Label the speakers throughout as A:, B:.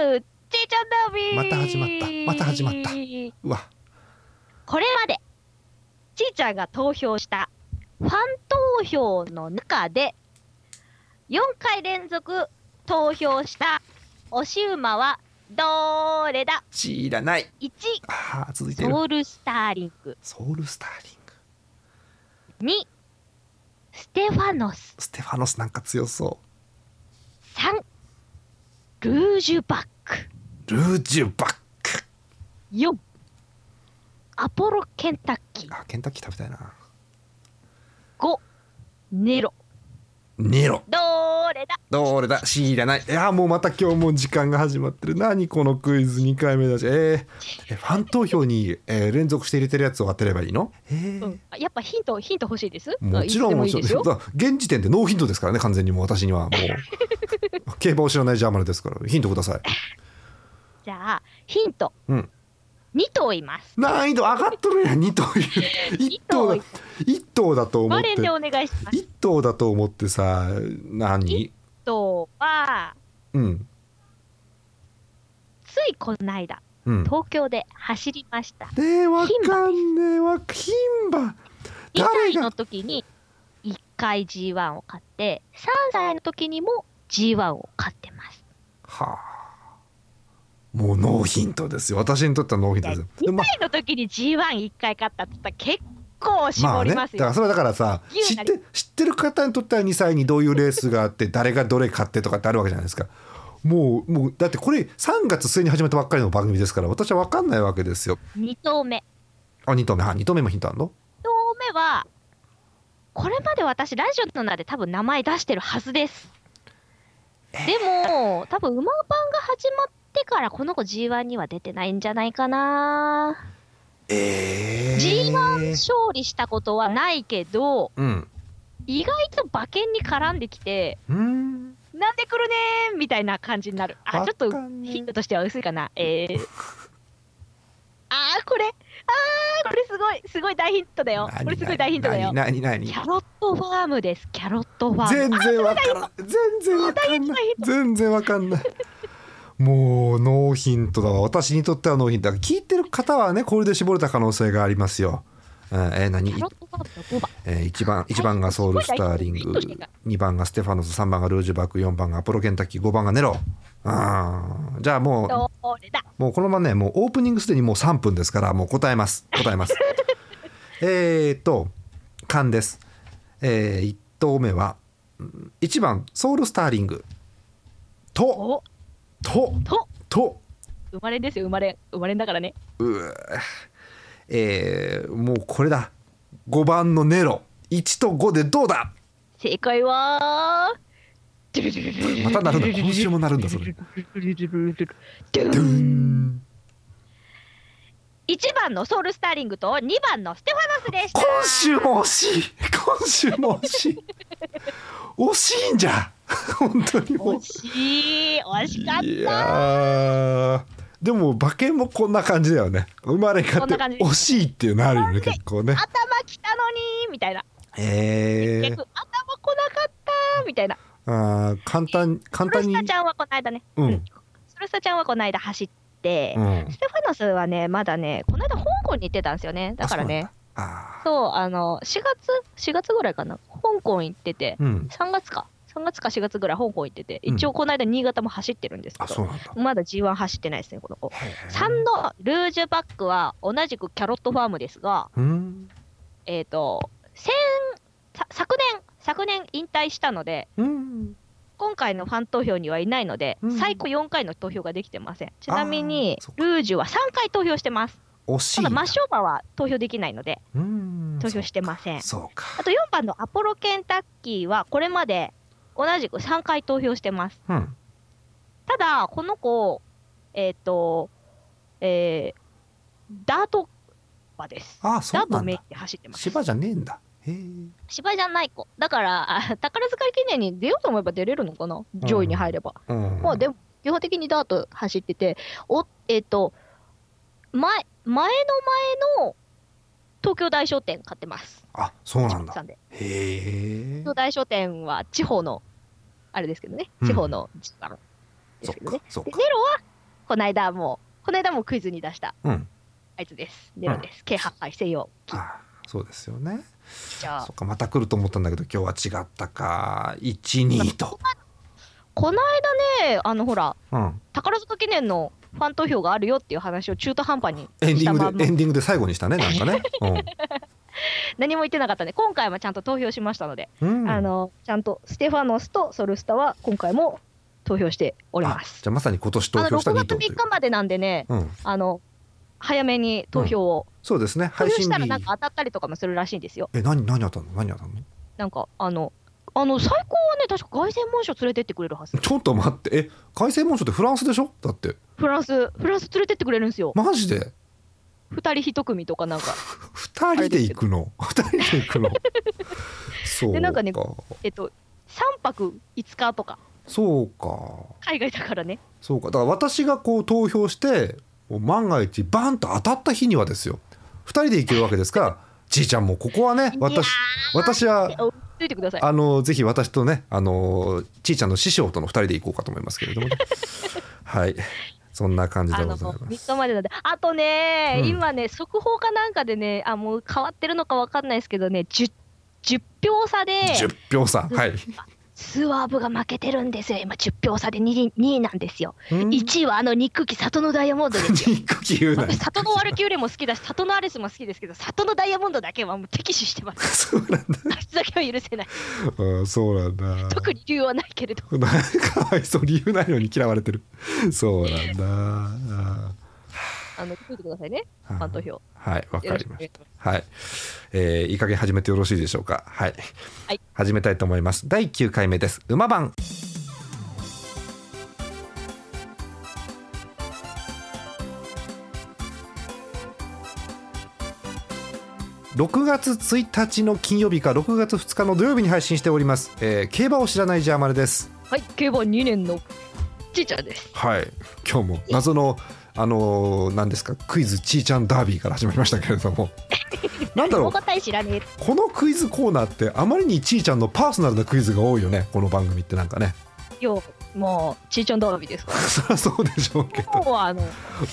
A: ちゃんダービー
B: また始まったまた始まったうわ
A: これまでちーちゃんが投票したファン投票の中で4回連続投票した押し馬はどれだ
B: 知らない
A: ?1
B: あー続いてる
A: ソウルスターリング
B: ソウルスターリング
A: 2ステファノス
B: ステファノスなんか強そ
A: 3ルージュバック
B: うルージュバック
A: 4アポロケンタッキー
B: あケンタッキー食べたいな
A: 5ネロ
B: ネロ
A: どれだ
B: どれだ知らないいやーもうまた今日も時間が始まってる何このクイズ2回目だしえーえファン投票に、えー連続して入れてるやつを当てればいいのえー
A: うん、あやっぱヒントヒント欲しいです
B: もちろん
A: あ
B: も
A: いつでもい
B: ちろん
A: いですよ
B: だから現時点でノーヒントですからね完全にもう私に はもう競馬を知らないジャーマネですからヒントください
A: じゃあヒント、
B: うん
A: 2頭います
B: 難易度上がっとるやん2頭いる一頭だ一頭だと思っ
A: バレンで
B: て
A: お願いします1
B: 一頭だと思ってさ何
A: 頭は
B: うん
A: ついこの間
B: うん
A: 東京で走りました
B: でわかんねえわ牝馬
A: 2
B: 誰
A: 歳
B: が
A: の時に1回 G1 を買って3歳の時にも G1 を買ってます
B: はあもうノーヒントですよ私にとってはノーヒントですよで
A: 2
B: ま
A: 歳の時に G11 回勝ったって言ったら結構
B: ま
A: 絞
B: あ
A: り
B: ね、
A: ま
B: だ
A: す
B: か
A: よ、
B: らそれはだからさ知
A: 言う
B: っ
A: なり
B: て知ってる方にとっては2歳にどういうレースがあって 誰がどれ勝ってとかってあるわけじゃないですかもうもうだってこれ3月末に始まったばっかりの番組ですから私は分かんないわけですよ
A: 2頭目
B: あ2頭目あ2頭目もヒントあるの
A: 1頭目はこれまで私ラジオの中で多分名前出してるはずですでも多分馬番が始まってからこの子 G1 には出てないんじゃないかな、
B: え
A: G1 勝利したことはないけど
B: うん
A: 意外と馬券に絡んできて
B: うん
A: なんで来るねーみたいな感じになるあちょっと
B: わかんねえ
A: ヒントとしては薄いかなえー、あーこれあーこれすごいすごい大ヒントだよこれすごい大ヒントだよ
B: 何何
A: キ
B: 何
A: ャロットファームですキャロットファーム
B: 全然わからない全然わかんない全然わかんないもうノーヒントだわ私にとってはノーヒントだ聞いてる方はねこれで絞れた可能性がありますよ、うんえー何
A: キャロットファームの5番
B: えー、1番一番がソウルスターリング2番がステファノス3番がルージュバック4番がアポロケンタッキー5番がネロあーじゃあも
A: どれだ
B: うもうこのままねもうオープニングすでにもう3分ですからもう答えます答えますえーっと勘です、え1投目は1番ソウルスターリングと
A: お
B: と
A: と
B: と
A: 生まれんですよ生まれん生まれんだからね
B: うーえーもうこれだ5番のネロ1と5でどうだ
A: 正解は
B: またなるんだ今週もなるんだそれドゥーン
A: 1番のソウルスターリングと2番のステファノスでした
B: 今週も惜しい今週も惜しい惜しいんじゃ本当にもう
A: 惜しい惜しかっ
B: い
A: た
B: やーでも馬券もこんな感じだよね生まれ変わ
A: こ
B: って
A: んな感じ
B: 惜しいっていうのあるよね結構ね
A: 頭きたのにみたいな
B: え
A: 逆
B: ー
A: 頭来なかったみたいな
B: あー簡単簡
A: ソル
B: 単
A: ス
B: に
A: タちゃんはこの間ね
B: うん
A: ソルスタちゃんはこの間走って、
B: うん
A: ステファノスはねまだねこの間香港に行ってたんですよねだからね
B: あ
A: そうあの4月4月ぐらいかな香港行ってて
B: ーうん
A: 3月か3月か4月ぐらい香港行ってて
B: うん
A: 一応この間新潟も走ってるんですけ
B: あそ
A: ど、
B: うなんだ
A: まだ G1 走ってないですねこの子
B: へー
A: 3のルージュバックは同じくキャロットファームですが
B: うん
A: えっ、と先さ昨年昨年引退したので
B: うん
A: 今回のファン投票にはいないので、
B: うん
A: 最高4回の投票ができてませんちなみに
B: あーそっか
A: ルージュは3回投票してます
B: 惜しい
A: た
B: んだ
A: だマショーバは投票できないので
B: うん
A: 投票してません
B: そうか
A: あと4番のアポロケンタッキーはこれまで同じく3回投票してます
B: うん
A: ただこの子えっ、とえー、ダート馬です
B: あーそ
A: ダ
B: う
A: ー
B: な
A: ト
B: ん
A: メイン
B: だ
A: で走ってます
B: 芝じゃねえんだへえ
A: 芝じゃない子だからあ宝塚記念に出ようと思えば出れるのかな上位に入れば、
B: うん
A: まあでも基本的にダート走ってておえっ、と前前の前の東京大商店買ってます
B: あそうなんだ
A: さんで
B: へえ
A: 東京大商店は地方のあれですけどね
B: うん
A: 地方の地盤です
B: そっ
A: けどね
B: か、そっ
A: で
B: か
A: ネロはこの間もこの間もクイズに出した
B: うん
A: あいつですネロです軽八杯西洋
B: あそうですよね
A: じゃあ
B: そっかまた来ると思ったんだけど今日は違ったか12と、
A: この間ねあのほら
B: うん、
A: 宝塚記念のファン投票があるよっていう話を中途半端に
B: エンデ
A: した
B: ィ
A: ま
B: ン
A: ん
B: グで
A: ま
B: エンディングで最後にしたねなんかね、
A: 何も言ってなかったね今回はちゃんと投票しましたので、
B: うんう ん、
A: あのちゃんとステファノスとソルスタは今回も投票しておりま
B: あ
A: す
B: じゃあまさに今年
A: あ
B: 投
A: の
B: 票した
A: 6
B: 2
A: 月
B: 頭とい
A: 3
B: う
A: 日までなんでね
B: うん、
A: あの早めに投票を、
B: そうですね
A: 投
B: 配
A: 票
B: 信
A: したら
B: 日
A: なんか当たったりとかもするらしいんですよ
B: え何何あったの何あったの
A: なんかあのあの最高はね確か凱旋門賞連れてってくれるはず
B: ちょっと待ってえ改正文書ってフランスでしょだって
A: フランスフランス連れてってくれるんですよ
B: マジで
A: 2人1組とか なんか
B: 2人で行くの2人で行く のそうか
A: でなんかねえっと3泊5日とか
B: そうか
A: 海外だからね
B: そうかだから私がこう投票してもう万が一バンと当たった日にはですよ2人で行けるわけですからじいちゃんもここはね
A: いやー
B: 私私は
A: でおついてください
B: あのぜひ私とねあのちいちゃんの師匠との2人で行こうかと思いますけれど もねはいそんな感じで
A: あ
B: ご
A: の
B: ざい
A: 3
B: ます
A: 日までなんで、あとね、
B: うん
A: 今ね、速報かなんかでね、あもう変わってるのかわかんないですけどね、10, 10票差で、
B: 10票差はい
A: スワーブが負けてるんですよ、今、10票差で 2, 2位なんですよ。
B: うん
A: 1位はあの憎き里のダイヤモンドですよ。
B: 肉球 言うな
A: 私、里のワルキューレも好きだし、里のアレスも好きですけど、里のダイヤモンドだけはもう敵視してま す。
B: そうなんだ
A: あいつだけは許せない。
B: うんそうなんだ
A: 特に理由はないけれど。
B: なん かかわいそう理由ないのに嫌われてるそうなんだあ
A: あの、聞いてくださいね。フ
B: ー
A: ァン投票。
B: はい
A: よ
B: わか
A: ろし
B: り
A: くお
B: ま
A: 願いし
B: し
A: たます。
B: はい、えーいい加減始めてよろしいでしょうかはい、
A: はい
B: 始めたいと思います第9回目です馬番6月1日の金曜日か6月2日の土曜日に配信しております、えー競馬を知らないジャーマルです
A: はい、競馬2年のちいちゃんです。
B: はい今日も謎のあのー何ですかクイズちーちゃんダービーから始まりましたけれど もなんだろう
A: 大答え知らねえ。
B: このクイズコーナーってあまりにちいちゃんのパーソナルなクイズが多いよねこの番組ってなんかね
A: よう、もう、ちいちゃんダービーですから。
B: そりゃそうでしょうけ
A: 今日はあの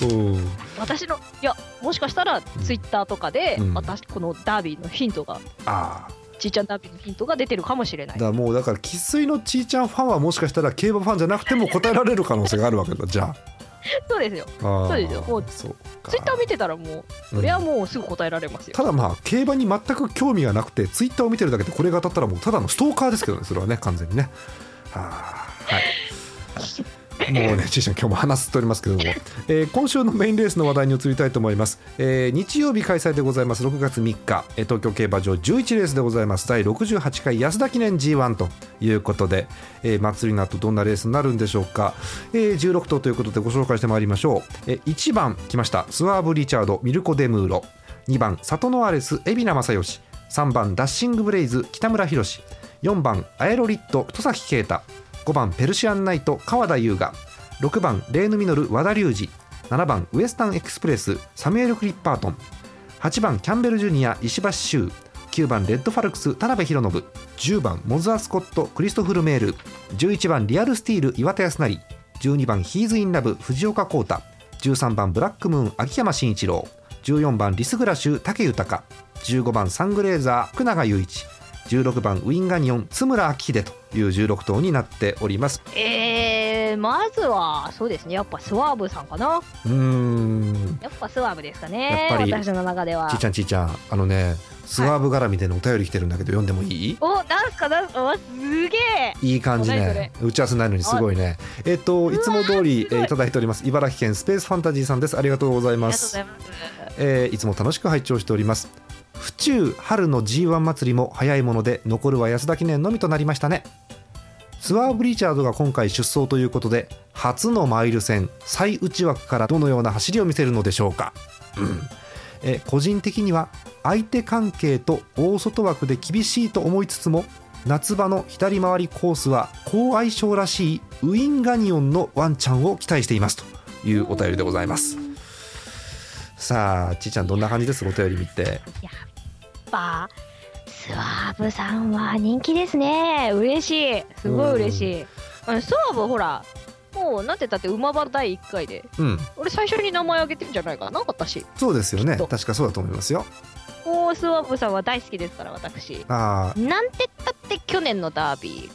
B: どうん
A: 私のいやもしかしたらツイッターとかで、
B: うん
A: 私このダービーのヒントが
B: ああ
A: ちいちゃんダービーのヒントが出てるかもしれな
B: だ
A: い
B: からもうだから生粋のちいちゃんファンはもしかしたら競馬ファンじゃなくても答えられる可能性があるわけだじゃ
A: そうですよ
B: ああ
A: そうですよもう
B: そうか
A: ツイッター見てたらもうそれはもうすぐ答えられますよ、
B: ただまあ競馬に全く興味がなくてツイッターを見てるだけでこれが当たったらもうただのストーカーですけどねそれはね完全にねはあはいもうねちいちゃん今日も話しておりますけども、えー今週のメインレースの話題に移りたいと思います、えー日曜日開催でございます6月3日、えー東京競馬場11レースでございます第68回安田記念 G1 ということで、えー祭りの後どんなレースになるんでしょうか、えー16頭ということでご紹介してまいりましょう、え1番来ましたスワーブ・リチャードミルコ・デムーロ2番サトノアレス海老名正義3番ダッシングブレイズ北村宏4番アエロリット戸崎啓太5番ペルシアンナイト川田優雅6番レーヌミノル和田龍二7番ウエスタンエクスプレスサミュエル・クリッパートン8番キャンベル・ジュニア石橋周9番レッドファルクス田辺博信10番モズア・スコットクリストフル・メール11番リアル・スティール岩田康成12番ヒーズ・イン・ラブ藤岡浩太13番ブラックムーン秋山慎一郎14番リスグラシュ武豊15番サングレーザー福永雄一16番ウィンガニオン津村明秀という16頭になっております
A: えー、まずはそうですねやっぱスワーブさんかな
B: うーん
A: やっぱスワーブですか
B: や
A: ね
B: っぱり
A: 私の中では
B: ちいちゃんちいちゃんあのねスワーブ絡みでのお便り来てるんだけど読んでもいい
A: おなんすかなんすかわすげえ
B: いい感じ
A: 何それ
B: ね打ち合わせないのにすごいねえっといつも通り
A: ごい
B: えーいただいております茨城県スペースファンタジーさんですありがとうござい
A: ありが
B: ま
A: とうご
B: す
A: ざいます
B: えーいつも楽しく拝聴しております府中春の G1 祭りも早いもので残るは安田記念のみとなりましたねツアーブリチャードが今回出走ということで初のマイル戦最内枠からどのような走りを見せるのでしょうか、うんえー個人的には相手関係と大外枠で厳しいと思いつつも夏場の左回りコースは好相性らしいウィンガニオンのワンちゃんを期待していますというお便りでございますさあちーちゃんどんな感じですお便り見て
A: やっぱスワーブさんは人気ですね嬉しいすごい嬉しいあのスワーブほらももうなんて言ったって馬場第1回で
B: うん
A: 俺最初に名前挙げてんじゃないかななんかったし
B: そうですよね
A: きっと
B: 確かそうだと思いますよ
A: もうスワップさんは大好きですから私
B: あ
A: なんて言ったって去年のダービー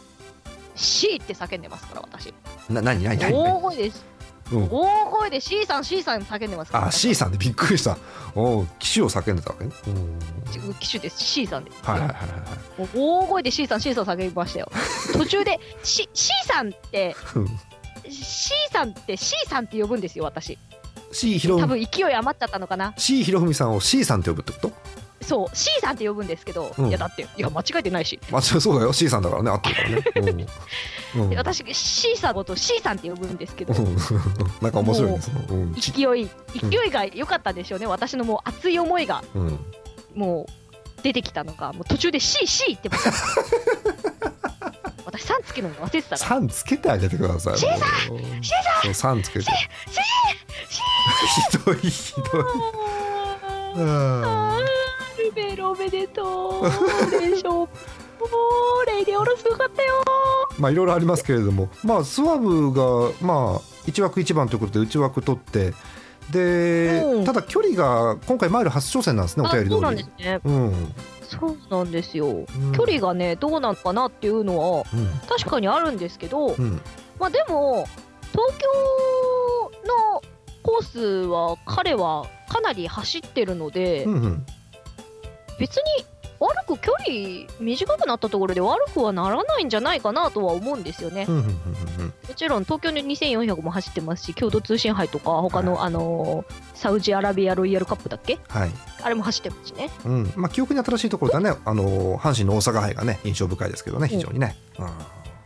A: C って叫んでますから私
B: ーな何何何
A: 大声です
B: うん、
A: 大声で C さん C さん叫んでますから
B: あ C さんでびっくりしたおう機種を叫んでたわけねうん
A: 機種です C さんです、
B: はいはいはい
A: もう大声で C さん C さん叫びました よ途中で C, C さんって
B: はいうん
A: C さんって C さんって呼ぶんですよ私
B: C ひ
A: 多
B: ろ
A: 分勢い余っちゃったのかな
B: C ひろふみさんを C さんって呼ぶってこと
A: そう C さんって呼ぶんですけど、
B: うん
A: いやだっていや間違えてないし
B: まあそうそうだよ C さんだからね合ってるからねうん、うん
A: で私 C さんのこと C さんって呼ぶんですけど、
B: うんなんか面白いねそのうんち
A: 勢い勢いが良かったでしょうね、私のもう熱い思いが
B: うん
A: もう出てきたのかもう途中で CC ってました 私3つけるの忘れてたから
B: さんつけてあげてください。
A: シー
B: さん、シーさん、つけて。 ひどいひどい。う
A: あー
B: ん
A: ルベルおめでとうでしょおーレイディオロスよかったよ
B: まあいろいろありますけれども、まあスワブがまあ一枠一番ということで内枠取って、
A: う
B: で
A: ん
B: ただ距離が今回マイル初挑戦なんですね。お
A: あ
B: 便り
A: そうな
B: 通
A: んで
B: り
A: す。ね
B: うん、
A: そうなんですよ、
B: うん
A: 距離がねどうなのかなっていうのは
B: うん、
A: 確かにあるんですけど、
B: うん、
A: まあでも東京のコースは彼はかなり走ってるので、
B: うん、うん、
A: 別に悪く距離短くなったところで悪くはならないんじゃないかなとは思うんですよね、
B: うん、うん、
A: もちろん東京の2400も走ってますし共同通信杯とか他の、
B: は
A: あのーサウジアラビアロイヤルカップだっけ
B: はい、
A: あれも走ってますしね
B: うん、まあ記憶に新しいところだね。あの阪神の大阪杯がね印象深いですけどね、非常にね。うん、
A: でも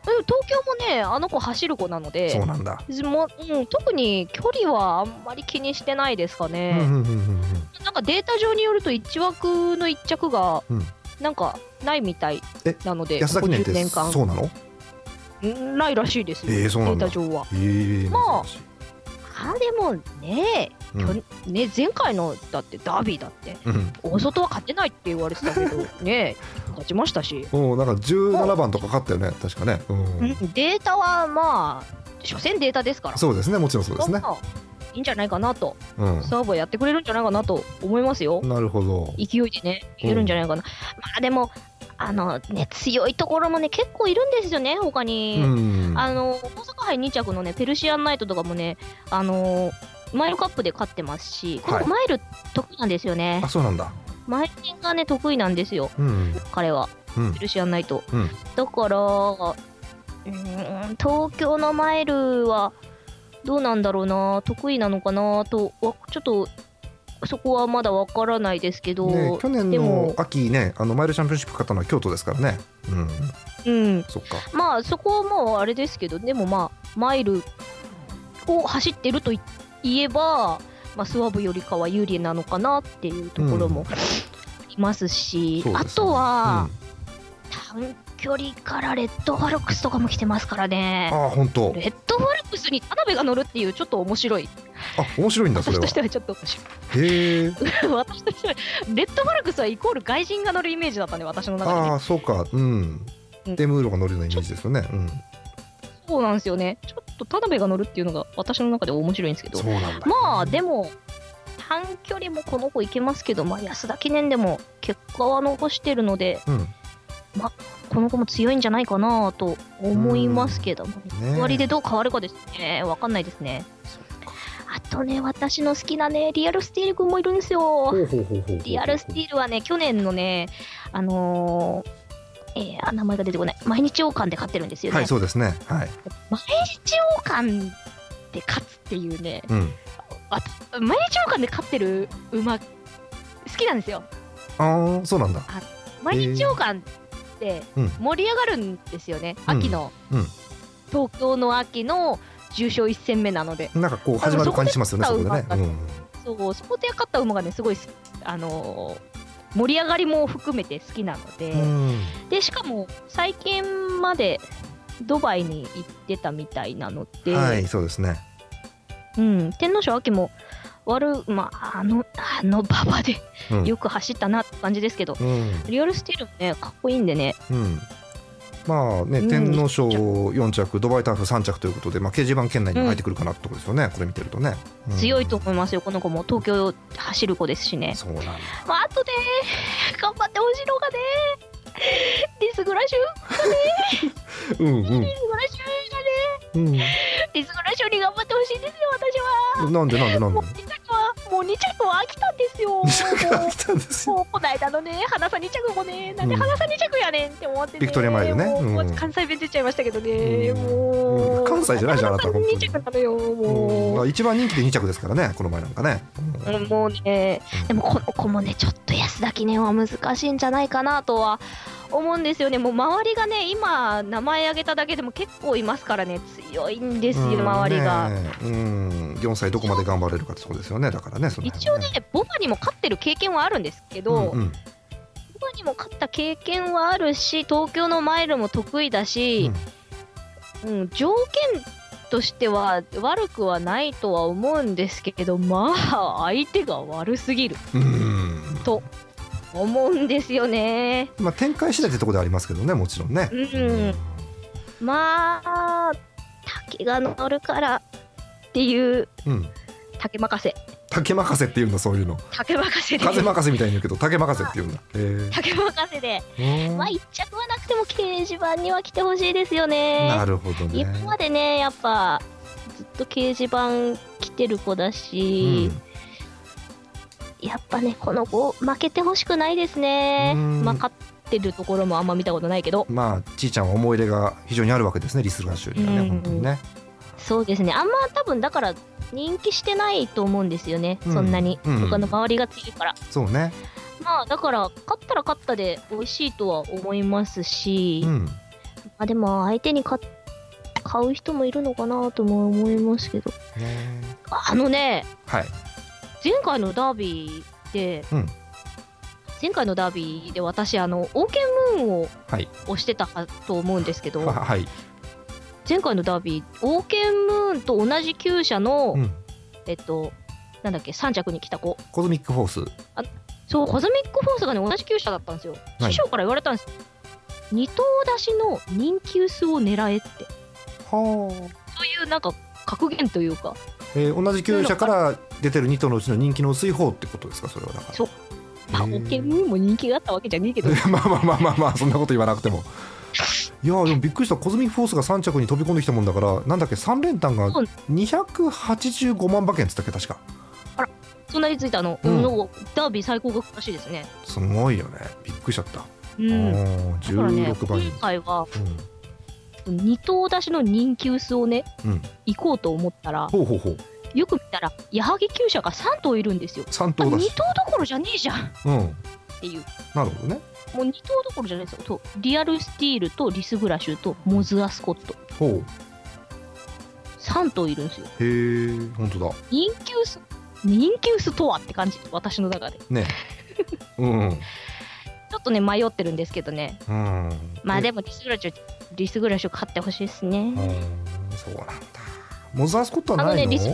A: 東京もねあの子走る子なので
B: そうなんだ。
A: もう、うん、特に距離はあんまり気にしてないですか
B: う
A: ね
B: ん、、うん、うん、うん、
A: なんかデータ上によると1枠の1着が
B: うん
A: なんかないみたい
B: え
A: なので、
B: 安田記念
A: 50
B: って
A: 年間
B: そうなの？
A: うんないらしいですよ、
B: えーそうなんだ
A: データ上は。
B: ええ、
A: もう
B: 珍しい
A: あでもね,、
B: うん
A: ね前回のだってダービーだって
B: うん、
A: 大外は勝てないって言われてたけど ね勝ちましたし、
B: おなんか17番とか勝ったよね確かね、うん、
A: データはまあ所詮データですから
B: そうですねもちろんそうですね
A: ま、あいいんじゃないかなと
B: う
A: サーブはやってくれるんじゃないかなと思いますよ
B: ん、なるほど
A: 勢いでねいけるんじゃないかな、まあでもあのね強いところもね結構いるんですよね他に、
B: うん
A: あの大阪杯2着のねペルシアンナイトとかもねあのマイルカップで勝ってますし、こ
B: はい
A: のマイル得意なんですよね
B: あ。そうなんだ
A: マイル戦がね得意なんですよ、
B: うん
A: 彼は。
B: うん
A: ペルシアンナイト。
B: うん
A: だから、うーん、東京のマイルはどうなんだろうな、得意なのかなと、わちょっとそこはまだわからないですけど、
B: ね、去年
A: で
B: の
A: も
B: 秋ねあのマイルチャンピオンシップ勝ったのは京都ですからねうん
A: うん、
B: そっか
A: まあそこはもうあれですけど、でもまあ、マイルを走ってるとい言えば、まあ、スワブよりかは有利なのかなっていうところも。いますし、
B: そうですね
A: あとは、短距離からレッドファルクスとかも来てますからね
B: うん、あ本当
A: レッドファルクスに田辺が乗るっていうちょっと面白い
B: あ面白いんだそれ
A: 私
B: は
A: としてはちょっと面 白
B: へえ
A: い私としてはレッドファルクスはイコール外人が乗るイメージだったね私の中で
B: あ
A: ね
B: あそうかうん
A: うん
B: デムーロが乗るようなイメージですよねうん
A: そうなんですよねちょっと田辺が乗るっていうのが私の中で面白いんですけど
B: そうなんだ
A: まあでも短距離もこの子いけますけど、まあ、安田記念でも結果は残してるので
B: うん
A: この子も強いんじゃないかなと思いますけども、
B: ね
A: 終わりでどう変わるかですねわかんないですねあとね私の好きなねリアルスティール君もいるんですよ
B: ほうほうほうほう
A: リアルスティールはね、去年のね、あのーえーあ名前が出てこない、毎日王冠で勝ってるんですよね。
B: はいそうですねはい
A: 毎日王冠で勝つっていうね、
B: うん
A: 毎日王冠で勝ってる馬、好きなんですよ。
B: ああそうなんだ
A: 毎日王冠って
B: うん
A: 盛り上がるんですよね、
B: うん
A: 秋の、
B: うん
A: 東京の秋の重賞1戦目なので、
B: なんかこう始まる感じしますよね、
A: そ
B: そこ
A: こ
B: で
A: で
B: ね。うん
A: そうそこで勝った馬がね、すごいす、あのー盛り上がりも含めて好きなので。
B: うん
A: でしかも最近までドバイに行ってたみたいなので、
B: はい、そうですね。
A: うん、天皇賞秋も悪まああのあの馬場で
B: うん
A: よく走ったなって感じですけど、
B: うん、
A: リアルスティールもねかっこいいんでね
B: うん、まあね、
A: うん
B: 天皇賞4着ドバイターフ3着ということで、まあ、掲示板圏内にも入ってくるかなってところですよね、これ見てるとね、うん
A: 強いと思いますよ、この子も東京走る子ですしね、
B: そうなんだ
A: まあ、あとね、 頑張ってほしいのがね、リスグラシュ、
B: うん
A: リスグラシュが
B: うん、
A: ね、リスグラシュに頑張ってほしいんですよ、私は。
B: うん、なんでなんでなんで
A: もう2着は、もう2着は飽きたんですよ。
B: 2着が来たんですよ
A: もうこないだのね、花さ2着もね、なんで
B: うん
A: 花さ2着やねんって思ってね、
B: ビクトリアマイルね
A: もう
B: うん
A: 関西弁出ちゃいましたけどね、
B: うん
A: も
B: うん
A: う。
B: 関西じゃないじゃんあなた
A: 花
B: 本当
A: さ
B: に
A: 2着なのよ、
B: うん
A: も
B: ま
A: う
B: あ。一番人気で2着ですからねこの前なんかね、うん
A: うんもうね、でもこの子もね、ちょっと安田記念は難しいんじゃないかなとは思うんですよね、もう周りがね、今、名前挙げただけでも結構いますからね、強いんですよ、周りが。
B: ねえうん4歳どこまで頑張れるかってそうですよねだからねその辺
A: 一応ね、ボバにも勝ってる経験はあるんですけど、
B: うんうん
A: ボバにも勝った経験はあるし、東京のマイルも得意だし、うん条件としては悪くはないとは思うんですけど、まあ、相手が悪すぎる
B: うん
A: と思うんですよね。
B: まあ展開次第ってところではありますけどねもちろんね、
A: うんまあ、竹が乗るからっていう、
B: うん、
A: 竹任せ、
B: 竹任せっていうんだそういうの
A: 竹任せで、
B: 風任せみたいに言うけど竹任せっていうんだへ
A: 竹任せで、
B: えうん
A: まあ、一着はなくても掲示板には来てほしいですよ
B: な
A: ね。
B: るほどね
A: 今までね、やっぱ、ずっと掲示板来てる子だし、やっぱね、この子、負けてほしくないですね。
B: うん
A: まあ、勝ってるところもあんま見たことないけど、
B: うん、まあちいちゃんは思い入れが非常にあるわけですねリスガー州にはね、
A: うん
B: 本当にね
A: そうですね、あんま多分だから、人気してないと思うんですよね、そんなに。
B: うんうん
A: 他の周りが強いから。
B: そうね
A: まあだから勝ったら勝ったで美味しいとは思いますし、
B: うん
A: まあでも相手に勝っ買う人もいるのかなとも思いますけど
B: ね
A: あのね
B: はい
A: 前回のダービーで、
B: うん
A: 前回のダービーで私あのオーケンムーンを
B: はい
A: 押してたはと思うんですけ
B: は
A: ど
B: はい
A: 前回のダービーオーケンムーンと同じ厩舎の、
B: うん
A: えっとなんだっけ3着に来た子
B: コズミックフォース
A: そうコズミックフォースがね同じ厩舎だったんですよ、
B: はい
A: 師匠から言われたんです二頭出しの人気薄を狙えって
B: は
A: そういうなんか格言というか
B: えー同じ旧車から出てる2頭のうちの人気の薄い方ってことですかそれはだから
A: そうまあ
B: へ
A: オ
B: ー
A: ーケームーンも人気があったわけじゃねえけど
B: まあまあまあまあまあそんなこと言わなくてもいやーでもびっくりしたコズミックフォースが3着に飛び込んできたもんだからなんだっけ3連単が
A: そう
B: 285万馬券っつったっけ確か
A: そんなについてあの、
B: うん
A: のダービー最高額らしいですね
B: すごいよねびっくりしちゃった、
A: う
B: うん
A: だ
B: 16
A: からね
B: 番
A: 今
B: に、
A: 回は二頭出しの人気薄をね
B: うんうん、
A: 行こうと思ったら
B: ほうほうほう
A: よく見たら矢作厩舎が3頭いるんですよ
B: 3
A: あ
B: 頭
A: 2
B: だ
A: 頭
B: し
A: どころじゃねえじゃんっ
B: うん
A: ていう
B: なるほどね
A: もう2頭どころじゃないですよとリアルスティールとリスグラシュとモズアスコット
B: ほ
A: 3頭いるんですよ
B: うへえ本当だ
A: 人気薄人気薄とはって感じ私の中で
B: ねうん
A: ちょっとね迷ってるんですけどね
B: うん
A: まあ
B: で
A: でもリスグラシュリスグラシュ勝ってほしいですね
B: うんそうなんだモズアスコットはないの
A: あのねリス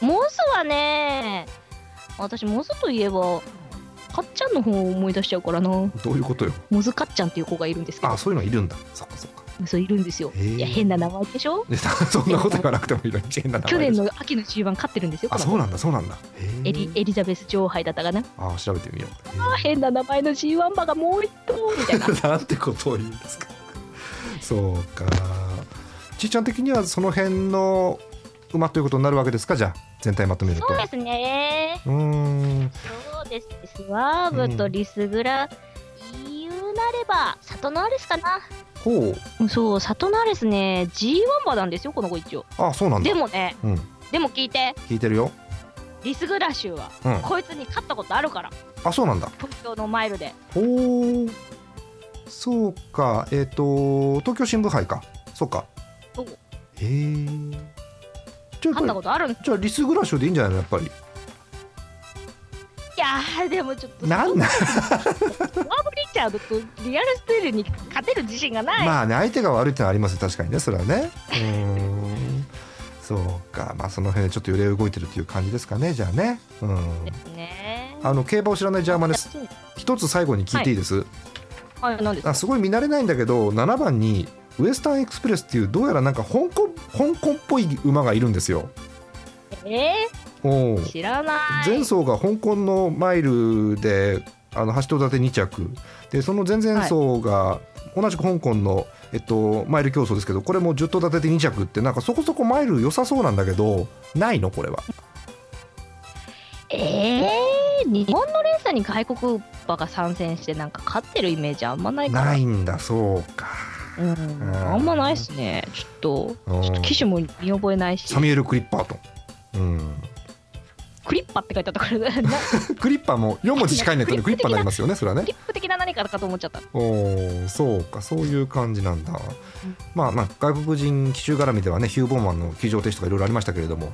A: モズはね私モズといえばかっちゃんの方を思い出しちゃうからな
B: どういうことよ
A: モズかっちゃんっていう子がいるんですけ
B: あそういうのいるんだそっかそっか
A: どそういるんですよ
B: へー
A: いや変な名前でしょ
B: で そんなこと言わなくてもいいのに変な名
A: 去
B: 前で
A: 年
B: す
A: の秋の G1 勝ってるんですよ
B: あ
A: こ
B: そ
A: の
B: うなんだそうなんだへ
A: 子
B: え
A: エリエリザベス女王杯だったかな
B: あ調べてみようへ
A: あ変な名前の G1 馬がもう一頭みたいな
B: え なんてことを言うんですか そうかちいちゃん的にはその辺の馬ということになるわけですかじゃあ全体まとめると
A: そうですね
B: うーん
A: そうですスワーブとリスグラ、言うなればサトナーレスかな
B: ほう
A: そうサトナーレスね G1 馬なんですよこの子一応
B: あそうなんだ
A: でもね
B: うん
A: でも聞いて
B: 聞いてるよ
A: リスグラシュは
B: うん
A: こいつに勝ったことあるから
B: あそうなんだ
A: 東京のマイルで
B: ほうそうかえっ、と東京新聞杯かそうか
A: そう
B: へえじゃあやっ
A: 勝った
B: ぱり
A: ことあるんい
B: じゃあリスグラシュでいいんじゃないのやっぱり
A: やーでもちょっと
B: なん
A: ワ
B: なん
A: ーブリチャードとリアルステールに勝てる自信がない、
B: まあね相手が悪いってのはありますよ確かにねそれはねうーんそうかまあその辺でちょっと揺れ動いてるっていう感じですかねじゃあねうん
A: ですね
B: あの競馬を知らないジャーマネス
A: そう
B: 一つ最後に聞いていいです、
A: はい、何ですか
B: あすごい見慣れないんだけど7番にウエスタンエクスプレスっていうどうやらなんか香港香港っぽい馬がいるんですよ。
A: え
B: お
A: ー、
B: ー
A: 知らない。
B: 前走が香港のマイルであの8頭立て2着でその前々走が同じく香港の、えっと、マイル競争ですけどこれも10頭立てて2着ってなんかそこそこマイル良さそうなんだけどないのこれは。
A: えー、日本のレーサーに外国馬が参戦してなんか勝ってるイメージあんまないから。
B: ないんだそうか。
A: うん、
B: うん
A: あんまないっすね。ちょっ
B: う
A: と、
B: ん
A: ちょっと機種も見覚えないし
B: サ、ミュエル・クリッパーと。うん
A: クリッパって書いてあったから、 なク
B: クリッパーも4文字近いネットでクリッパーになりますよねそれ はね
A: リップ的な何かかと思っちゃった。
B: おおそうかそういう感じなんだ、まあまあ外国人奇襲絡みではねヒュー・ボーマンの騎乗停止とかいろいろありましたけれども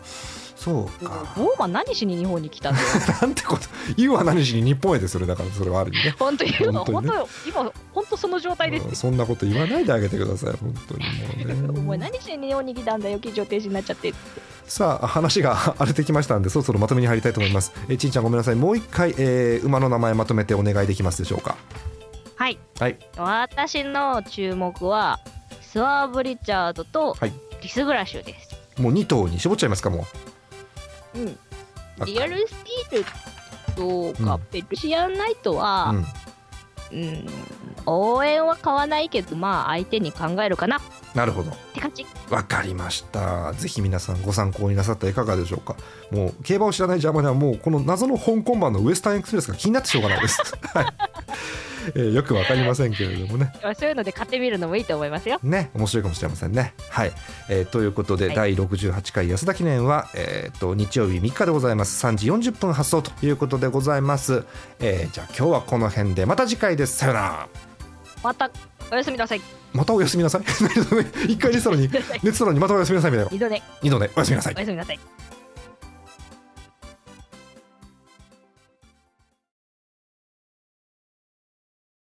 B: そうか
A: ボーマン何しに日本に来たんだよ。
B: なんてこと言うは何しに日本へですそれだからそれはある意味ね
A: 本当言うの、
B: 本
A: 本
B: 当
A: 当、今、本当その状態です
B: うん。そんなこと言わないであげてください本当に
A: お
B: も
A: 前
B: うね
A: 何しに日本に来たんだよ、騎乗停止になっちゃって。
B: さあ話が 荒れてきましたんでそろそろまとめに入りたいと思いますえちんちゃんごめんなさいもう一回、えー馬の名前まとめてお願いできますでしょうか
A: はい。
B: はい
A: 私の注目は、スワーブ・リチャードと
B: はい
A: リス・グラシュです。
B: もう2頭に絞っちゃいますかも
A: うん
B: あ、
A: リアルスティールと
B: う
A: か
B: ん
A: ペルシアンナイト
B: う、う
A: は、
B: ん、
A: うん応援は買わないけどまあ相手に考えるかなっ
B: なるほど
A: て感じ
B: わかりました。ぜひ皆さんご参考になさったらいかがでしょうか。もう競馬を知らないジャーマネはもうこの謎の香港版のウエスタンエクスプレスが気になってしょうがないです。 はいえーよくわかりませんけれどもね。
A: そういうので買ってみるのもいいと思いますよ
B: ね、面白いかもしれませんね。はい、えーということで、
A: はい
B: 第68回安田記念は、えーと日曜日3日でございます。3時40分発送ということでございます。えーじゃあ今日はこの辺でまた次回です。さよなら。
A: またおやすみなさい
B: またおや すみなさい。一回寝てたのに寝てたのにまたおやすみなさいみたいな。
A: 二度ね
B: 二度ねおやすみなさい。
A: おやすみなさい